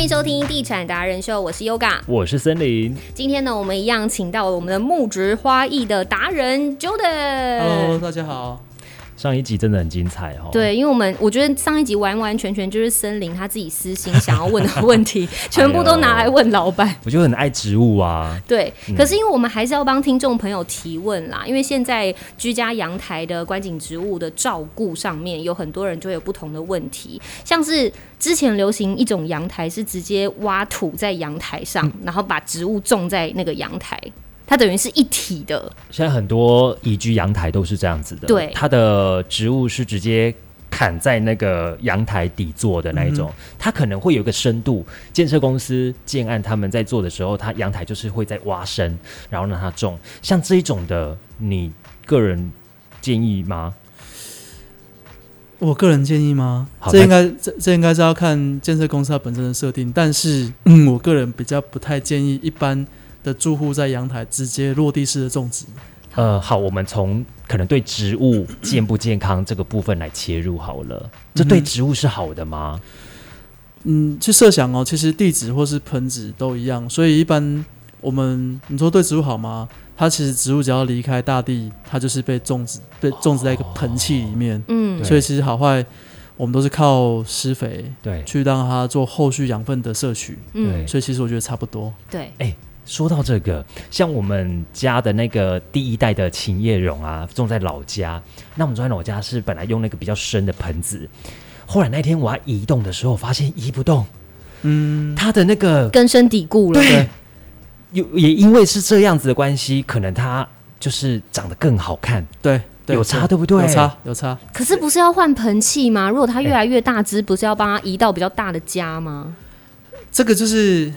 迎收听《地产达人秀》，我是 Yoga。我是森林。今天呢，我们一样请到了我们的木植花艺的达人 Jordan。 Hello，大家好。上一集真的很精彩哦。，对，因为我们我觉得上一集完完全全就是森林他自己私心想要问的问题，全部都拿来问老板。我就很爱植物啊。对，可是因为我们还是要帮听众朋友提问啦，因为现在居家阳台的观景植物的照顾上面，有很多人就有不同的问题，像是之前流行一种阳台是直接挖土在阳台上，然后把植物种在那个阳台。它等于是一体的，现在很多宜居阳台都是这样子的，对它的植物是直接砍在那个阳台底座的那一种，它可能会有一个深度。建设公司建案他们在做的时候，它阳台就是会在挖深，然后让它种。像这一种的，你个人建议吗？我个人建议吗好？这应该这这应该是要看建设公司它本身的设定，但是嗯，我个人比较不太建议一般的住户在阳台直接落地式的种植。呃，好，我们从可能对植物健不健康这个部分来切入好了。这对嗯哼植物是好的吗？嗯，去设想哦，其实地址或是盆植都一样，所以一般我们你说对植物好吗？它其实植物只要离开大地，它就是被种植被种植在一个盆器里面，嗯，哦对所以其实好坏我们都是靠施肥对，去让它做后续养分的摄取，嗯对，所以其实我觉得差不多。对，说到这个，像我们家的那个第一代的琴叶榕啊，种在老家。那我们种在老家是本来用那个比较深的盆子，后来那天我要移动的时候，发现移不动，嗯，它的那个根深蒂固了，对，有也因为是这样子的关系，可能它就是长得更好看，对，对有差对不对？有差有差。可是不是要换盆器吗？如果它越来越大只，不是要帮它移到比较大的家吗？这个就是，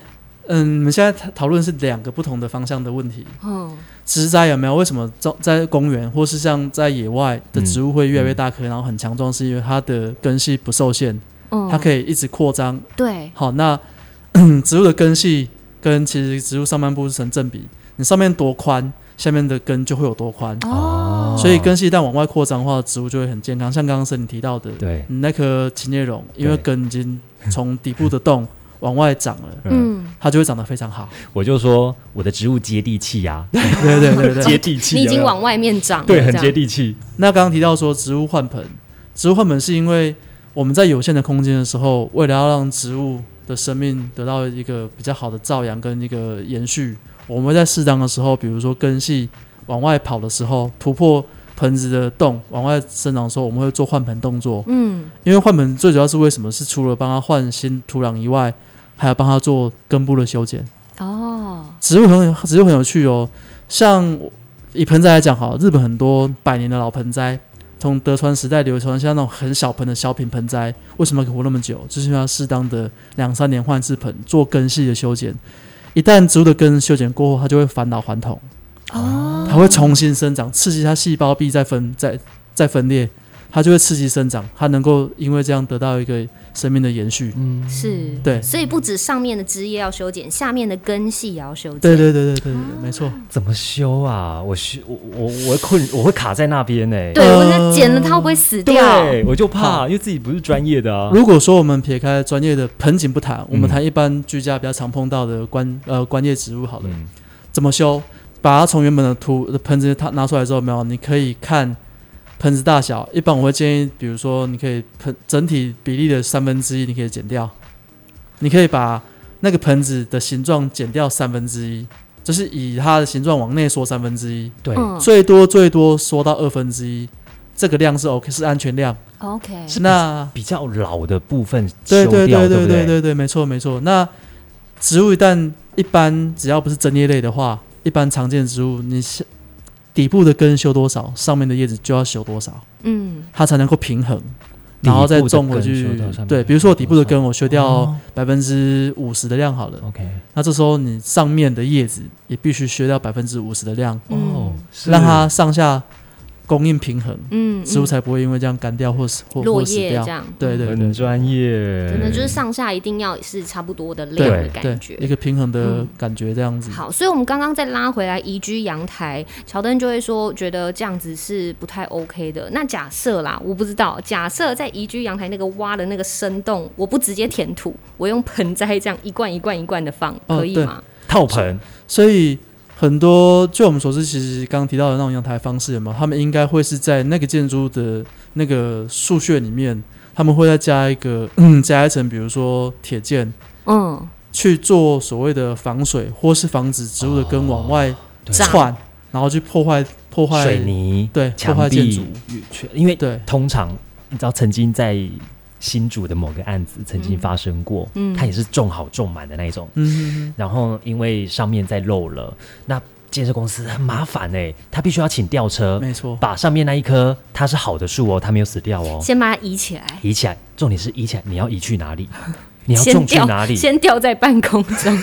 嗯，我们现在讨讨论是两个不同的方向的问题。嗯，植栽有没有？为什么种在公园或是像在野外的植物会越来越大棵，然后很强壮？是因为它的根系不受限，哦它可以一直扩张。对，好，那 植物的根系跟其实植物上半部是成正比，你上面多宽，下面的根就会有多宽。哦，所以根系一旦往外扩张的话，植物就会很健康。像刚刚森你提到的，对，你那颗琴叶榕，因为对根已经从底部的洞往外长了。 嗯，嗯，它就会长得非常好。我就说我的植物接地气啊呀、对对对接。地啊气，你已有经没有往外面长了，对，这很样接地气，那刚刚提到说植物换盆，植物换盆是因为我们在有限的空间的时候，为了要让植物的生命得到一个比较好的照养跟一个延续，我们会在适当的时候，比如说根系往外跑的时候，突破盆子的洞往外生长的时候，我们会做换盆动作。嗯，因为换盆最主要是为什么？是除了帮它换新土壤以外，还要帮它做根部的修剪。哦，植物很有植物很有趣哦，像以盆栽来讲好了，日本很多百年的老盆栽，从德川时代流传像那种很小盆的小品盆栽，为什么可以活那么久？就是因为它适当的两三年换一次盆，做根系的修剪。一旦植物的根修剪过后，它就会返老还童，哦，它会重新生长，刺激它细胞壁再分再再分裂，它就会刺激生长，它能够因为这样得到一个生命的延续。嗯，是，对所以不止上面的枝叶要修剪，下面的根系也要修剪，对对对对对对，对没错。怎么修啊？我修我我我会困，我会卡在那边呢、欸对，呃我那剪了它会不会死掉？对，我就怕，好嗯因为自己不是专业的啊。嗯如果说我们撇开专业的盆景不谈，我们谈一般居家比较常碰到的观呃观叶植物，好了，嗯，怎么修？把它从原本的土的盆子它拿出来之后，有没有，你可以看盆子大小。一般我会建议，比如说你可以盆整体比例的三分之一，你可以剪掉，你可以把那个盆子的形状剪掉三分之一，就是以它的形状往内缩三分之一，对，嗯最多最多缩到二分之一，这个量是 OK 是安全量。 ，OK，那比较老的部分对修对掉，对对不对？对对，没错没错。那植物一旦一般只要不是针叶类的话，一般常见的植物，你是底部的根修多少，上面的叶子就要修多少，嗯，它才能够平衡，然后再种底回部的去根修到上面。对，比如说我底部的根，我修掉哦百分之五十的量好了， ，OK，那这时候你上面的叶子也必须修掉百分之五十的量，嗯哦哦，是让它上下供应平衡，嗯，植物嗯才不会因为这样干掉或死或落或死叶掉这。样，对对很对专业，真的就是上下一定要是差不多的量的对感觉对，一。个平衡的嗯感觉这样子。好，所以我们刚刚再拉回来移居阳台，乔登就会说觉得这样子是不太 OK 的。那假设啦，我不知道，假设在移居阳台那个挖的那个深洞，我不直接填土，我用盆栽这样一罐一罐一罐的放，哦可以对吗？套盆所以很多，据我们所知，其实刚刚提到的那种阳台方式，有没有？他们应该会是在那个建筑物的那个树穴里面，他们会再加一个， 嗯，加一层，比如说铁件，嗯，去做所谓的防水，或是防止植物的根往外对窜，然后去破坏破坏哦水，泥，对，破墙坏建壁筑，，因为对。通常你知道，曾经在新竹的某个案子曾经发生过，嗯它也是种好种满的那一种，嗯，然后因为上面在漏了，那建设公司很麻烦哎、他必须要请吊车嗯没错，把上面那一棵它是好的树哦，它没有死掉哦，先把它移起来，移起来，重点是移起来，你要移去哪里？ 你要先种去吊哪里？先吊在半空中。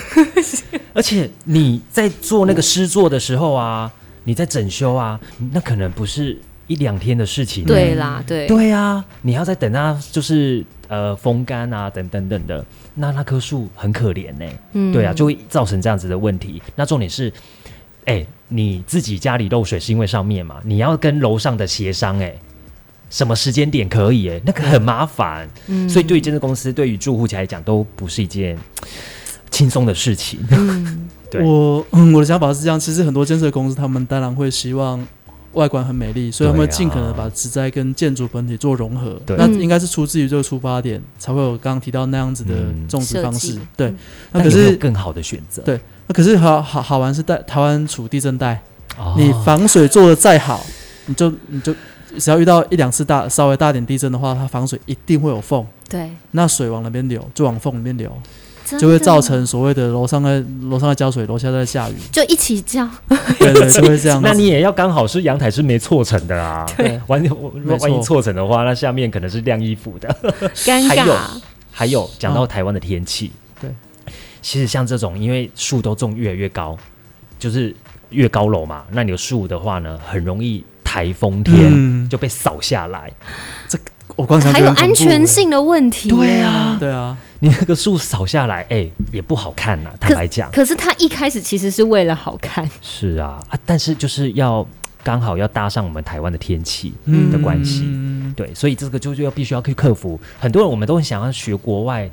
而且你在做那个诗作的时候啊，你在整修啊，那可能不是一两天的事情。 啊对啦，对，对啊，你要再等它就是呃风干啊，等等等的，那那棵树很可怜呢、嗯对啊，就会造成这样子的问题。那重点是，哎、你自己家里漏水是因为上面嘛，你要跟楼上的协商、哎，什么时间点可以、哎，那个很麻烦。嗯所以对于建设公司，对于住户来讲，都不是一件轻松的事 情。嗯对我嗯，我的想法是这样，其实很多建设公司他们当然会希望外观很美丽，所以他们对会啊尽可能把植栽跟建筑本体做融合。对嗯那应该是出自于这个出发点，才会有刚刚提到那样子的嗯种植方式。设计对嗯，那但可有没有是更好的选择？对那可是好好好玩是在台湾处地震带，哦你防水做的再好，你就你就只要遇到一两次大稍微大点地震的话，它防水一定会有缝。对，那水往哪边流，就往缝里面流，真就会的造成所谓的楼上在楼上在浇水，楼下在 下雨，就一起叫，对对，就会这样子。 那你也要刚好是阳台是没错成的啊。对万一万万一错成的话，那下面可能是晾衣服的。尴还有尬。还有讲到啊台湾的天气，对，其实像这种，因为树都种越来越高，就是越高楼嘛，那你的树的话呢，很容易台风天、嗯就被扫下来，我光想还就有很恐安怖全欸。性的问题。对啊对啊，你那个树扫下来，哎、也不好看呐、坦白讲，可是他一开始其实是为了好看，是啊啊，但是就是要刚好要搭上我们台湾的天气嗯的关系。嗯，对，所以这个就是要必须要去克服。很多人我们都很想要学国外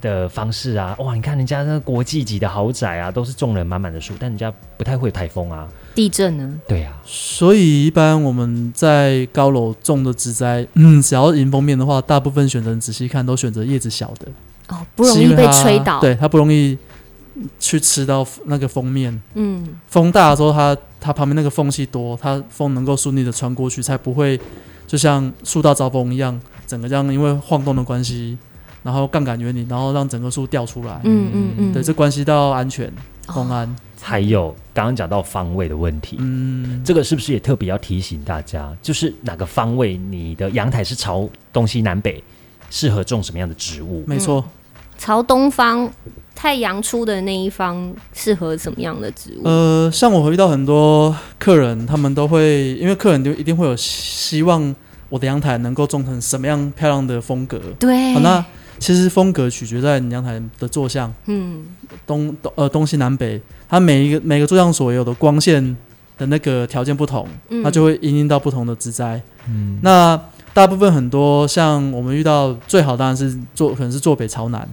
的方式啊，哇，你看人家那国际级的豪宅啊，都是种了满满的树，但人家不太会有台风啊。地震呢？对啊，所以一般我们在高楼种的植栽，嗯，只要迎风面的话，大部分选择你仔细看都选择叶子小的，哦，不容是易因为被它吹倒。对，它不容易去吃到那个封面。嗯，风大的时候它它旁边那个缝隙多，它风能够顺利的穿过去，才不会就像树大招风一样，整个这样因为晃动的关系，然后杠杆原理，然后让整个树掉出来。嗯哦嗯嗯对，这啊关系到安全、公安。还有刚刚讲到方位的问题，嗯，这个是不是也特别要提醒大家，就是哪个方位你的阳台是朝东西南北，适合种什么样的植物？嗯没错。朝东方，太阳出的那一方适合什么样的植物？呃，像我遇到很多客人，他们都会因为客人就一定会有希望我的阳台能够种成什么样漂亮的风格。对，好、那其实风格取决在你阳台的坐向，嗯，东东呃东西南北，它每一个每个坐向所有的光线的那个条件不同，嗯它就会因应到不同的植栽。嗯，那大部分很多像我们遇到最好当然是坐可能是坐北朝南，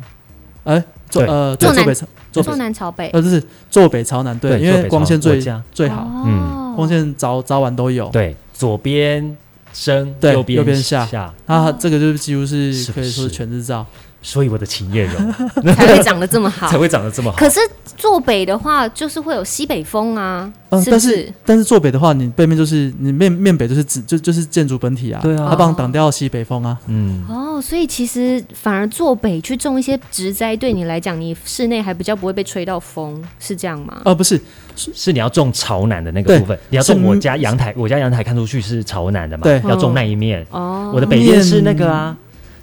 哎、坐对呃对坐南坐北朝坐坐南朝北。呃就是坐北朝南对，对因坐北为朝光线最我家最好。嗯光线早早晚都有。对，左边升，哦对边右边下下，那这个就是几乎是是不可以说是是全日照，所以我的琴叶 榕才会长得这么好才。会长得这么好。可是坐北的话，就是会有西北风啊，嗯，是不但但是坐北的话，你背面就是你面面北就是指就就是建筑本体啊，对啊它帮你挡掉西北风啊，嗯，哦，所以其实反而坐北去种一些植栽，对你来讲，你室内还比较不会被吹到风，是这样吗？呃，不是，是你要种朝南的那个对部分，你要种是我家阳台，我家阳台看出去是朝南的嘛，对要种那一面。呃哦，我的北边是那个啊，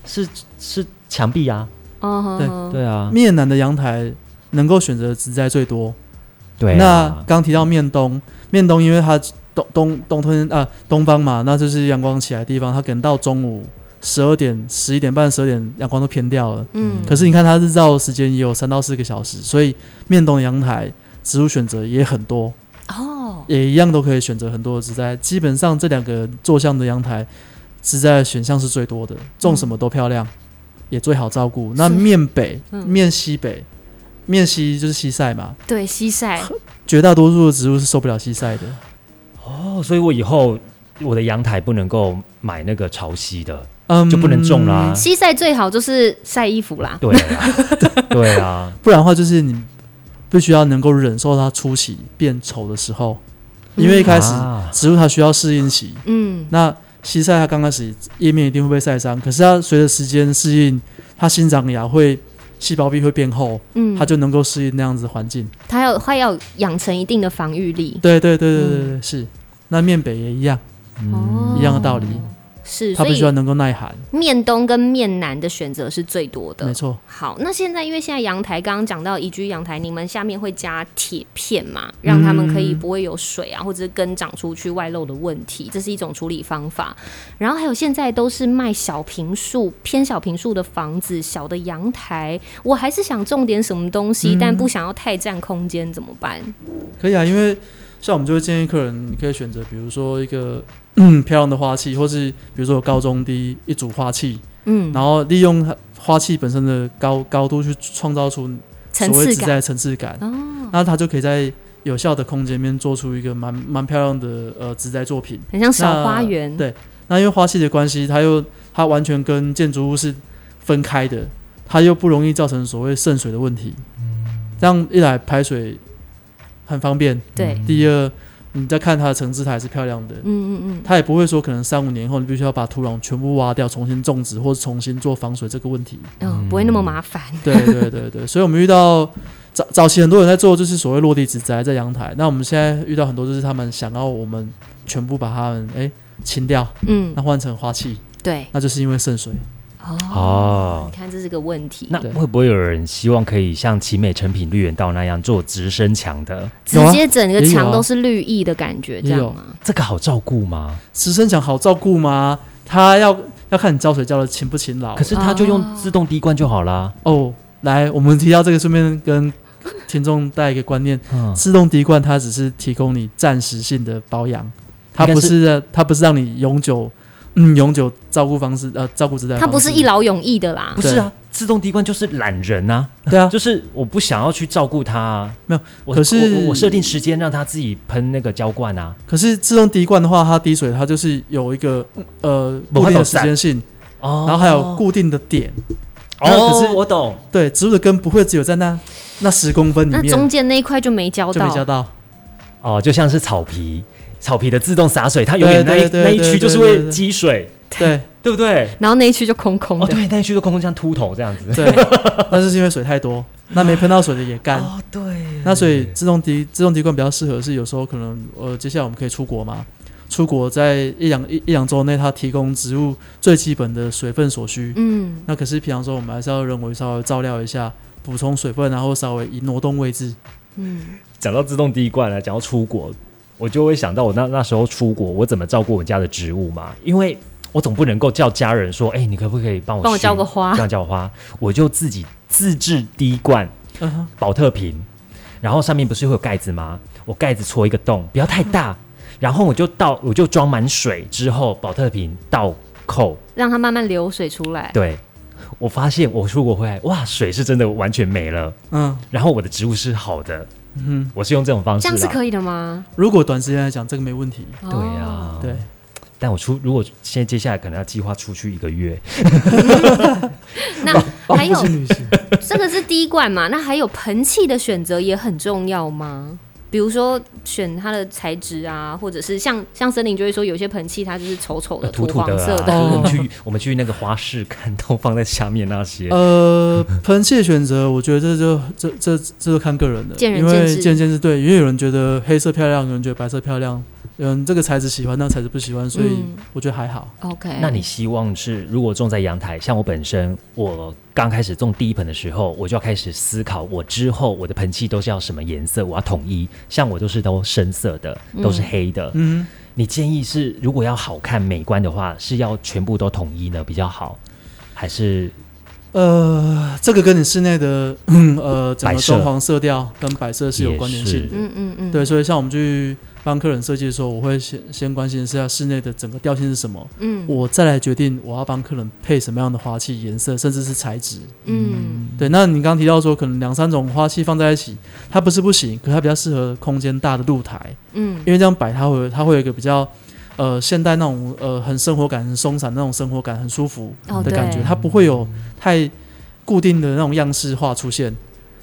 是是墙壁啊，哦，对哦对啊，面南的阳台能够选择的植栽最多。对啊，那刚提到面东，面东因为它东东东吞啊东方嘛，那就是阳光起来的地方，它可能到中午十二点、十一点半、十二点，阳光都偏掉了。嗯，可是你看它日照的时间也有三到四个小时，所以面东的阳台植物选择也很多，哦，也一样都可以选择很多的植栽。基本上这两个坐向的阳台植栽的选项是最多的，种什么都漂亮，也最好照顾。那是面北、嗯面西北、面西就是西晒嘛，对，西晒，绝大多数的植物是受不了西晒的。哦，所以我以后我的阳台不能够买那个潮汐的，嗯就不能种啦、西晒最好就是晒衣服啦。对 啊，对啊，不然的话就是你必须要能够忍受它初期变丑的时候，因为一开始啊植物它需要适应期。嗯，那西晒它刚开始叶面一定会被晒伤，可是它随着时间适应，它新长芽会细胞壁会变厚，嗯，它就能够适应那样子的环境。他要他要养成一定的防御力，对对对对对嗯对，是。那面北也一样，嗯哦，一样的道理，是，它所必须以要能够耐寒，面东跟面南的选择是最多的没。错。好，那现在因为现在阳台刚刚讲到宜居阳台，你们下面会加铁片嘛，让他们可以不会有水啊，或者是根长出去外露的问题，这是一种处理方法。然后还有现在都是卖小平数、偏小平数的房子、小的阳台，我还是想种点什么东嗯西，但不想要太占空间，怎么办？可以啊，因为像我们就会建议客人，你可以选择，比如说一个 嗯漂亮的花器，或是比如说有高中低一组花器，嗯，然后利用它花器本身的高高度去创造出所层谓次自感在层次感，哦，那它就可以在有效的空间里面做出一个蛮蛮漂亮的呃植栽作品。很像小那花园。对那因为花器的关系，它又它完全跟建筑物是分开的，它又不容易造成所谓渗水的问题。这样一来排水很方便，对，第二，你再看它的层次，它还是漂亮的。嗯嗯嗯，它也不会说，可能三五年后你必须要把土壤全部挖掉，重新种植或者重新做防水这个问题。嗯，不会那么麻烦。对对对对，所以我们遇到早早期很多人在做就是所谓落地植栽在阳台，那我们现在遇到很多就是他们想要我们全部把它们哎清掉，嗯，那换成花器，对，那就是因为渗水。哦，哦你。看这是个问题。那会不会有人希望可以像奇美成品绿园道那样做直升墙的？直有啊接整个也有墙啊都是绿意的感觉，这也有样吗？这个好照顾吗？直升墙好照顾吗？它要要看你浇水浇的勤不勤劳可。是它就用自动滴灌就好啦。哦，来，我们提到这个，顺便跟听众带一个观念。嗯，自动滴灌它只是提供你暂时性的保养，它应该不是是它不是让你永久嗯永久照顾方式呃照顾之代，它不是一劳永逸的啦不。是啊，自动滴灌就是懒人啊，对啊，就是我不想要去照顾它、啊。没有，我可是我我我设定时间让它自己喷那个浇灌啊。可是自动滴灌的话，它滴水它就是有一个呃某固定种的时间性，哦然后还有固定的点，哦，可是我懂，对，植物的根不会只有在那那十公分里那面中间那一块就没浇就到没，浇到，哦，就像是草皮，草皮的自动洒水，它永远那一对对对那一区就是对对会对积水，对对不对？然后那一区就空空哦，的。对，那一区就空空像秃头这样子。对，那就是因为水太多，那没喷到水的也干。哦，对，那所以自动滴自动滴灌比较适合是有时候可能呃，接下来我们可以出国嘛，出国在一两一一两周内，它提供植物最基本的水分所需。嗯，那可是平常时候我们还是要人为稍微照料一下，补充水分，然后稍微移挪动位置。讲到自动滴灌了，讲到出国，我就会想到我那那时候出国，我怎么照顾我家的植物嘛？因为我总不能够叫家人说，哎、你可不可以帮我帮我熏浇个花这样浇花，我就自己自制滴灌嗯哼，保特瓶，然后上面不是会有盖子吗？我盖子戳一个洞，不要太大，然后我就倒， 我就装满水之后，保特瓶倒扣，让它慢慢流水出来。对。我发现我出国回来，哇，水是真的完全没了，嗯然后我的植物是好的，嗯，我是用这种方式这啦。样是可以的吗？哦如果短时间来讲，这个没问题。对对啊，对，但我出如果现在接下来可能要计划出去一个月，那 还有报复性旅行，这个是滴灌嘛？那还有盆器的选择也很重要吗？比如说选它的材质啊，或者是像像森林就会说，有些盆器它就是丑丑呃的、土土黄的色啊，的，我哦们去我们去那个花市看都放在下面那些，呃，喷气的选择，我觉得这就这这这就看个人的，见仁因为见智见仁见智。对，因为有人觉得黑色漂亮，有人觉得白色漂亮，嗯，这个材质喜欢，那个材质不喜欢，所以嗯我觉得还好。 OK，那你希望是如果种在阳台，像我本身，我刚开始种第一盆的时候，我就要开始思考，我之后我的盆器都是要什么颜色，我要统一。像我都是都深色的，都是黑的。嗯，你建议是如果要好看美观的话，是要全部都统一呢比较好，还是呃，这个跟你室内的呃整摆个设装潢色调跟摆设是有关联性也的是。嗯嗯嗯，对，所以像我们去帮客人设计的时候，我会先先关心一下室内的整个调性是什么，嗯我再来决定我要帮客人配什么样的花器、颜色，甚至是材质。嗯对，那你刚刚提到说，可能两三种花器放在一起，它不是不行，可它比较适合空间大的露台，嗯因为这样摆它会它会有一个比较呃现代那种呃很生活感、很松散那种生活感，很舒服哦的感觉，对它不会有太固定的那种样式化出现。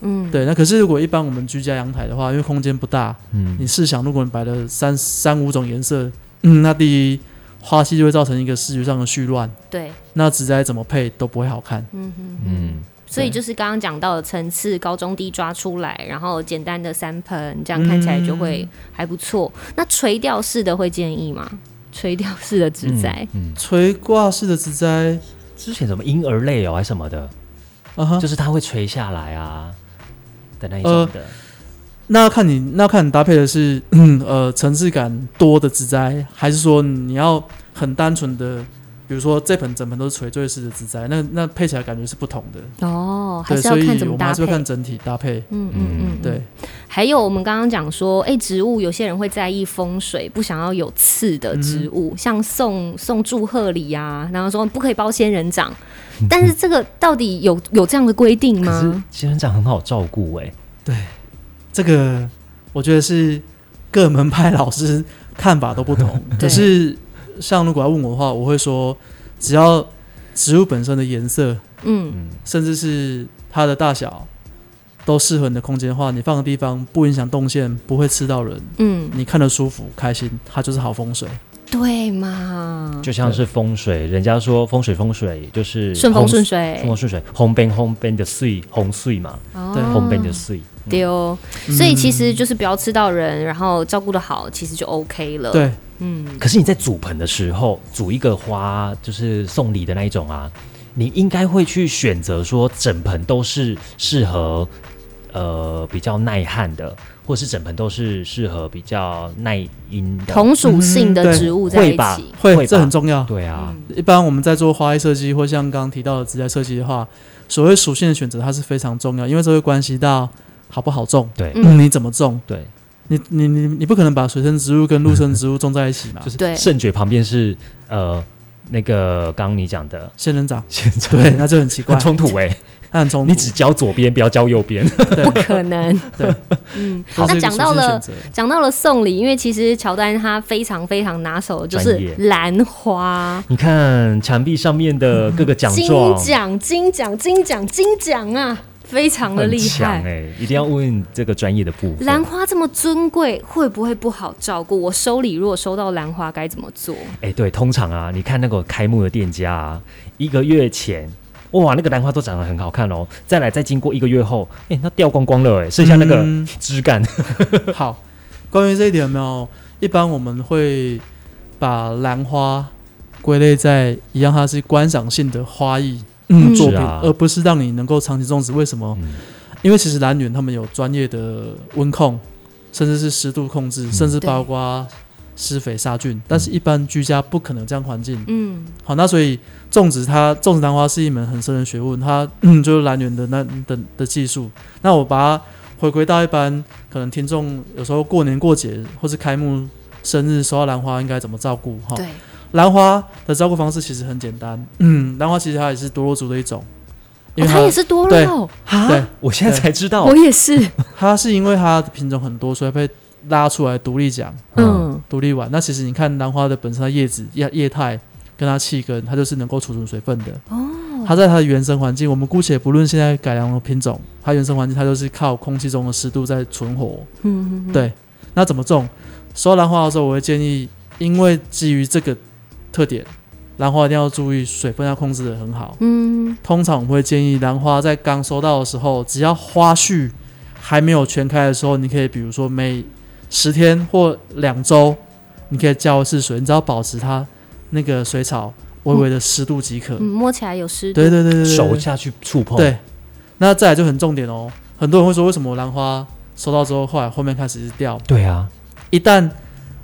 嗯，对，那可是如果一般我们居家阳台的话，因为空间不大，嗯你试想，如果你摆了三三五种颜色，嗯，那第一花期就会造成一个视觉上的絮乱，对，那植栽怎么配都不会好看。嗯嗯嗯。嗯所以就是刚刚讲到的层次，高中低抓出来，然后简单的三盆，这样看起来就会嗯还不错。那垂钓式的会建议吗？ 垂钓式的植栽，嗯，嗯垂挂式的植栽，之前什么婴儿类哦还是什么的，啊哈，就是它会垂下来啊的那一种的，那要看你那要看你搭配的是， 嗯呃，层次感多的植栽，还是说你要很单纯的，比如说这盆整盆都是垂坠式的植栽，那那配起来感觉是不同的。哦，还嗯对，是要所以看怎我么们还搭是会配。看整体搭配。嗯嗯嗯，对，还有我们刚刚讲说，哎、植物有些人会在意风水，不想要有刺的植物，嗯像送送祝贺礼啊，然后说不可以包仙人掌。嗯但是这个到底有有这样的规定可是吗？。仙人掌很好照顾哎、这个我觉得是各门派老师看法都不同 可对是像如果要问我的话，我会说，只要植物本身的颜色，嗯甚至是它的大小，都适合你的空间的话，你放的地方不影响动线，不会吃到人，嗯，你看得舒服开心，它就是好风水。对嘛，就像是风水，人家说风水风水就是顺风烘顺顺水风，顺水，烘边烘边的碎红碎嘛，对嗯烘边的碎。对哦，所以其实就是不要吃到人，然后照顾的好，其实就 OK 了。，对，嗯，可是你在煮盆的时候，煮一个花就是送礼的那一种啊，你应该会去选择说整盆都是适合呃比较耐旱的，或是整盆都是适合比较耐阴的。同属性嗯的对植物在会一吧起，？会，吧这很重要。对啊，嗯一般我们在做花艺设计或像刚刚提到的植栽设计的话，所谓属性的选择它是非常重要，因为这会关系到好不好种，对嗯你怎么种。对，你你你你不可能把水生植物跟陆生植物种在一起嘛？就对是圣觉旁边是呃那个刚刚你讲的仙 人掌，现在对，那就很奇 怪很，冲突哎、它很冲突。你只教左边，不要教右边。不可能。 对，嗯，它是那一个讲到属性了选择讲到了送礼，因为其实乔丹他非常非常拿手的就专是业兰花。你看墙壁上面的各个奖金状，奖、金奖、金奖、金奖啊，非常的很厉强害哎、。一定要问这个专业的部分。兰花这么尊贵，会不会不好照顾？我收礼如果收到兰花该怎么做？哎、对，通常啊，你看那个开幕的店家啊，一个月前，哇，那个兰花都长得很好看哦。再来，再经过一个月后，哎、那掉光光了、哎，剩下那个嗯枝干，好，关于这一点有没有？一般我们会把兰花归类在一样，它是观赏性的花艺嗯作品，是啊而不是让你能够长期种植。为什么？嗯因为其实兰园他们有专业的温控，甚至是湿度控嗯制，甚至包括施肥杀菌。但是，一般居家不可能这样环境。嗯，好，那所以种植它种植兰花是一门很深的学问，它嗯就是兰园的那的的技术。那我把它回归到一般可能听众有时候过年过节或是开幕生日收到兰花应该怎么照顾哦哈？对，兰花的照顾方式其实很简单，嗯，兰花其实它也是多肉族的一种，因哦，为它它、也是啊多对肉，对 我现在才知道我。也是，它是因为它的品种很多，所以被拉出来独立讲。嗯，嗯独立碗。那其实你看兰花的本身的叶子叶叶态跟它气根，它就是能够储存水分的。哦，它在它的原生环境，我们姑且不论现在改良的品种，它原生环境它就是靠空气中的湿度在存活。嗯，嗯对，那怎么种？收兰花的时候，我会建议，因为基于这个特点，兰花一定要注意水分要控制的很好。嗯，通常我会建议兰花在刚收到的时候，只要花序还没有全开的时候，你可以比如说每十天或两周，你可以浇一次水，你只要保持它那个水草微微的湿度即可。嗯，摸起来有湿度对，对对对对，手下去触碰，嗯对，那再来就很重点哦。很多人会说，为什么兰花收到之后，后来后面开始一直掉？对啊，一旦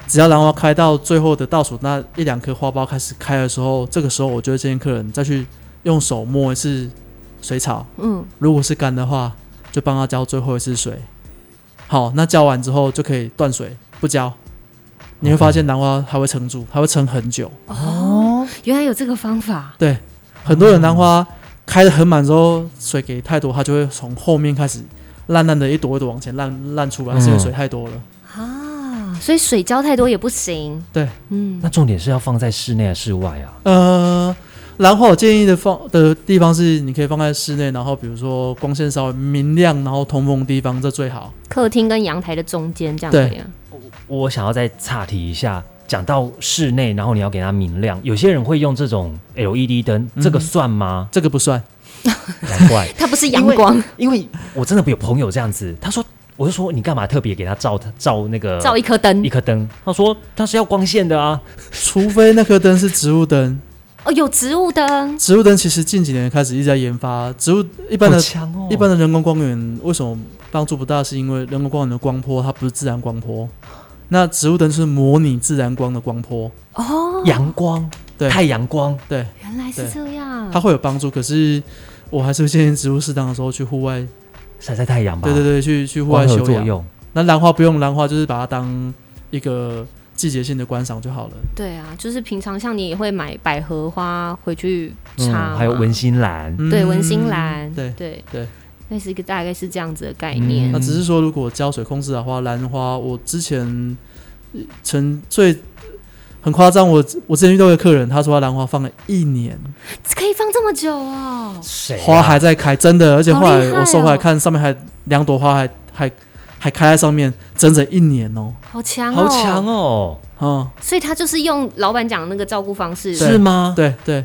只要兰花开到最后的倒数那一两颗花苞开始开的时候，这个时候我就会建议客人再去用手摸一次水草，嗯，如果是干的话，就帮它浇最后一次水。好，那浇完之后就可以断水不浇，你会发现兰花它会撑住，它会撑很久。哦，原来有这个方法，很多人兰花开的很满之后，水给太多，它就会从后面开始烂烂的一朵一朵往前烂烂出来，嗯是因为水太多了。啊，所以水浇太多也不行，对，嗯，那重点是要放在室内还是室外啊？呃，兰花我建议的放的地方是，你可以放在室内，然后比如说光线稍微明亮，然后通风的地方，这最好。客厅跟阳台的中间这样对可以啊，我想要再岔题一下，讲到室内，然后你要给它明亮，有些人会用这种 LED 灯，这个算吗？这个不算，难怪，它不是阳光，因为我真的有朋友这样子，他说，我就说你干嘛特别给他照照那 个照一颗灯一，颗灯？他说他是要光线的啊，除非那颗灯是植物灯。哦，有植物灯，植物灯其实近几年开始一直在研发，植物一般的好强哦，一般的人工光源为什么帮助不大？是因为人工光源的光波它不是自然光波，那植物灯是模拟自然光的光波，哦，阳光，对太嗯阳光，对，原来是对这样它，会有帮助。可是我还是会建议植物适当的时候去户外，啊晒晒太阳吧，对对对，去去户外光合休作养。用。那兰花不用，兰花就是把它当一个季节性的观赏就好了。对啊，就是平常像你也会买百合花回去插嘛、嗯，还有文心兰，嗯对文心兰，对，对对，嗯那是一个大概是这样子的概嗯念。那只是说如果浇水控制的话，兰花我之前呃曾最很夸张，我我之前遇到一个客人，他说他兰花放了一年。可以放这么久哦，谁啊花还在开，真的，而且后好来厉害我收回来哦看，上面还两朵花还还还开在上面，整整一年哦，好强哦，好强哦，嗯，所以他就是用老板讲的那个照顾方式，是吗？对对，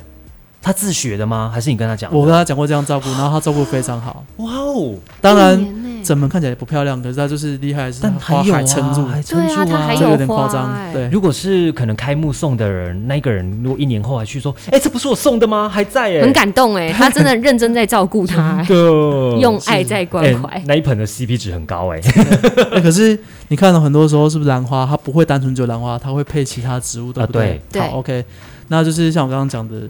他自学的吗？还是你跟他讲的？我跟他讲过这样照顾，然后他照顾非常好，哇哦，当一然年内整门看起来也不漂亮，可是他就是厉害的是，但还花有啊，还撑住，还撑对啊，住他还这个有点花夸张，哎对，如果是可能开幕送的人，那个人如果一年后还去说，哎、这不是我送的吗？还在哎、很感动 哎，他真的认真在照顾他，哎个用爱在关怀嗯哎。那一盆的 CP 值很高 哎、 哎可是你看到很多时候是不是兰花，它不会单纯只有兰花，它会配其他植物，对啊不对？对好，OK，那就是像我刚刚讲的，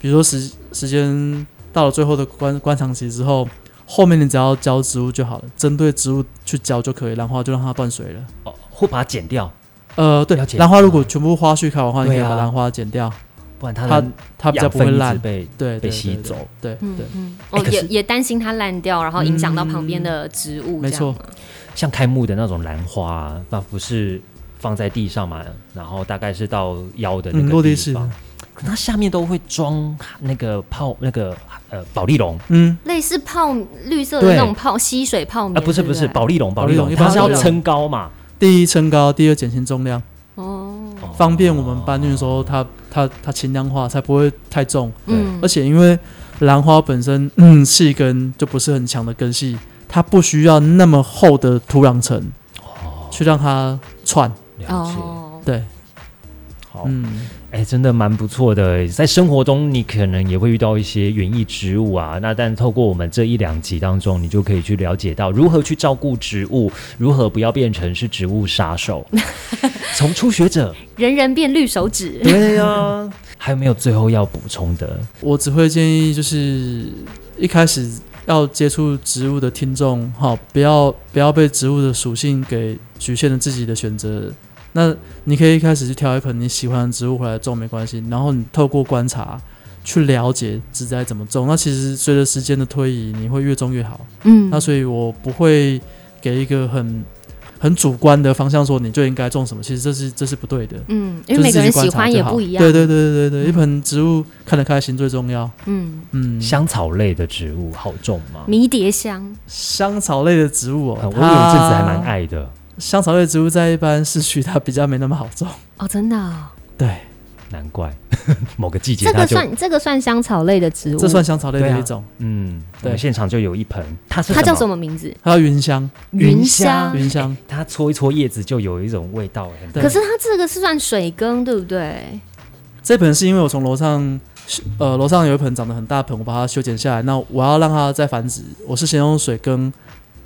比如说时时间到了最后的观观赏期之后，后面你只要浇植物就好了，针对植物去浇就可以，兰花就让它断水了。哦会把它剪掉，呃，对了，解兰花如果全部花絮开完的话，你可以对啊把兰花剪掉，不然它它的它比较养不会分一直烂，被对，被对吸走。。对对嗯对，嗯，哎哦，可也是嗯也担心它烂掉，然后影响到旁边的植物，没错这样嘛像开幕的那种兰花、啊，那不是放在地上嘛，然后大概是到腰的那嗯个落地地方式，可它下面都会装那个泡那个呃保丽龙。嗯，类似泡绿色的对那种泡吸水泡啊，棉，不是不是，嗯对对保丽龙，保保丽丽龙龙，一它般是要保丽龙撑高嘛，第一撑高，第二减轻重量，哦，哦方便我们搬运的时候它它它轻量化，才不会太重。嗯而，且因为兰花本身，嗯，细根就不是很强的根系，它不需要那么厚的土壤层哦，去让它窜。了解，哦，对，好，嗯，哎、真的蛮不错的。在生活中，你可能也会遇到一些园艺植物啊。那但透过我们这一两集当中，你就可以去了解到如何去照顾植物，如何不要变成是植物 杀手。从初学者，人人变绿手指，对呀、还有没有最后要补充的？我只会建议就是一开始要接触植物的听众，哈，不要不要被植物的属性给局限了自己的选择。那你可以一开始去挑一盆你喜欢的植物回来种没关系，然后你透过观察去了解植栽怎么种。那其实随着时间的推移，你会越种越好。嗯那所以我不会给一个很很主观的方向说你就应该种什么，其实这是这是不对的。嗯，因为每个人喜欢也不一样，对对对对对，一盆植物看得开心最重要。嗯，嗯，香草类的植物好种吗？迷迭香，香草类的植物哦，啊我有一阵它子还蛮爱的。香草类植物，在一般市区它比较没那么好种。哦，真的哦、对，难怪 某个季节这它个就算这个算香草类的植物，这算香草类对的啊一种，嗯，对对，现场就有一盆，它是它叫什么么？名字？还有云香，云香香。云香它搓一搓叶子就有一种味道，很对可是它这个是算水耕，对不对？这盆是因为我从楼上，呃，楼上有一盆长得很大盆，我把它修剪下来。那我要让它再繁殖，我是先用水耕，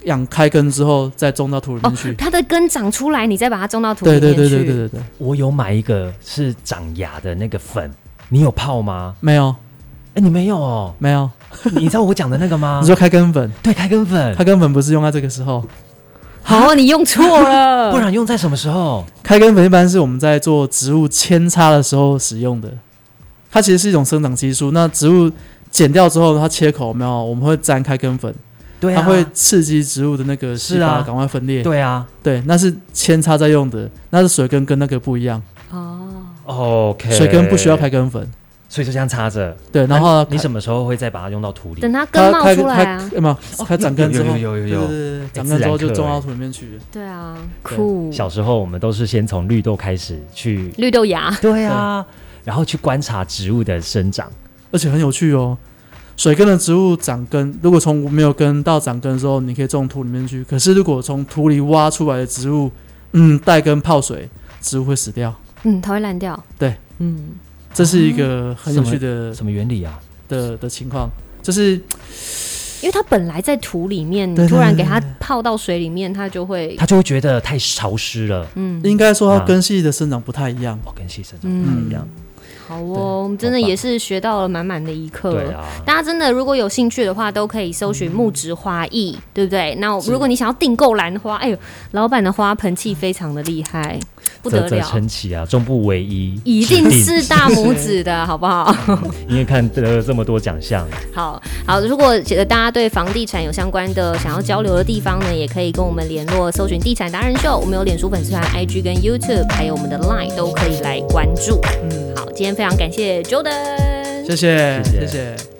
养开根之后再种到土里哦面去。，它的根长出来，你再把它种到土里对面对去。对对对对对，我有买一个是长芽的那个粉，你有泡吗？没有，哎、你没有哦 没有，你知道我讲的那个吗啊你？说开根粉，对，开根粉开，根粉不是用在这个时候，好，你用错了。不然用在什么时候？开根粉一般是我们在做植物扦插的时候使用的，它其实是一种生长激素。那植物剪掉之后，它切口有没有，我们会沾开根粉，对它啊，会刺激植物的那个细是啊胞赶快分裂。对啊对，那是扦插在用的，那是水根跟那个不一样。哦， ，OK，水根不需要开，根粉，所以就这样插着。对，然后那你什么时候会再把它用到土里？等它它根冒开出来啊。开没有，它长根之后，有有有有有对有对对，长自根之然后就课种到欸土里面去了。对啊，对酷。小时候我们都是先从绿豆开始去，绿豆芽，对啊，然后去观察植物的生长。而且很有趣哦。水根的植物长根，如果从没有根到长根之后，你可以种土里面去。可是如果从土里挖出来的植物，嗯，带根泡水，植物会死掉。嗯，它会烂掉。对，嗯，这是一个很有趣的什么原理啊？的的情况，就是因为它本来在土里面，对对突然给对它泡到水里面，它就会，它就会觉得太潮湿了。嗯应该说它啊根系的生长不太一样。哦，跟细生长不太嗯一，样。好哦，我们真的好棒也是学到了满满的一课。对啊，大家真的如果有兴趣的话，都可以搜寻木植花艺，对不对？那如果你想要订购兰花，哎呦，老板的花盆器非常的厉害，不得啧啧了，称奇啊，中不为一，一定是大拇指的好不好？ 因为看得了这么多奖项，好好，如果觉得大家对房地产有相关的想要交流的地方呢，也可以跟我们联络，搜寻“地产达人秀”，我们有脸书粉丝团、IG 跟 YouTube，还有我们的 Line 都可以来关注。嗯，好，今天非常感谢 Jordan，谢谢谢谢谢谢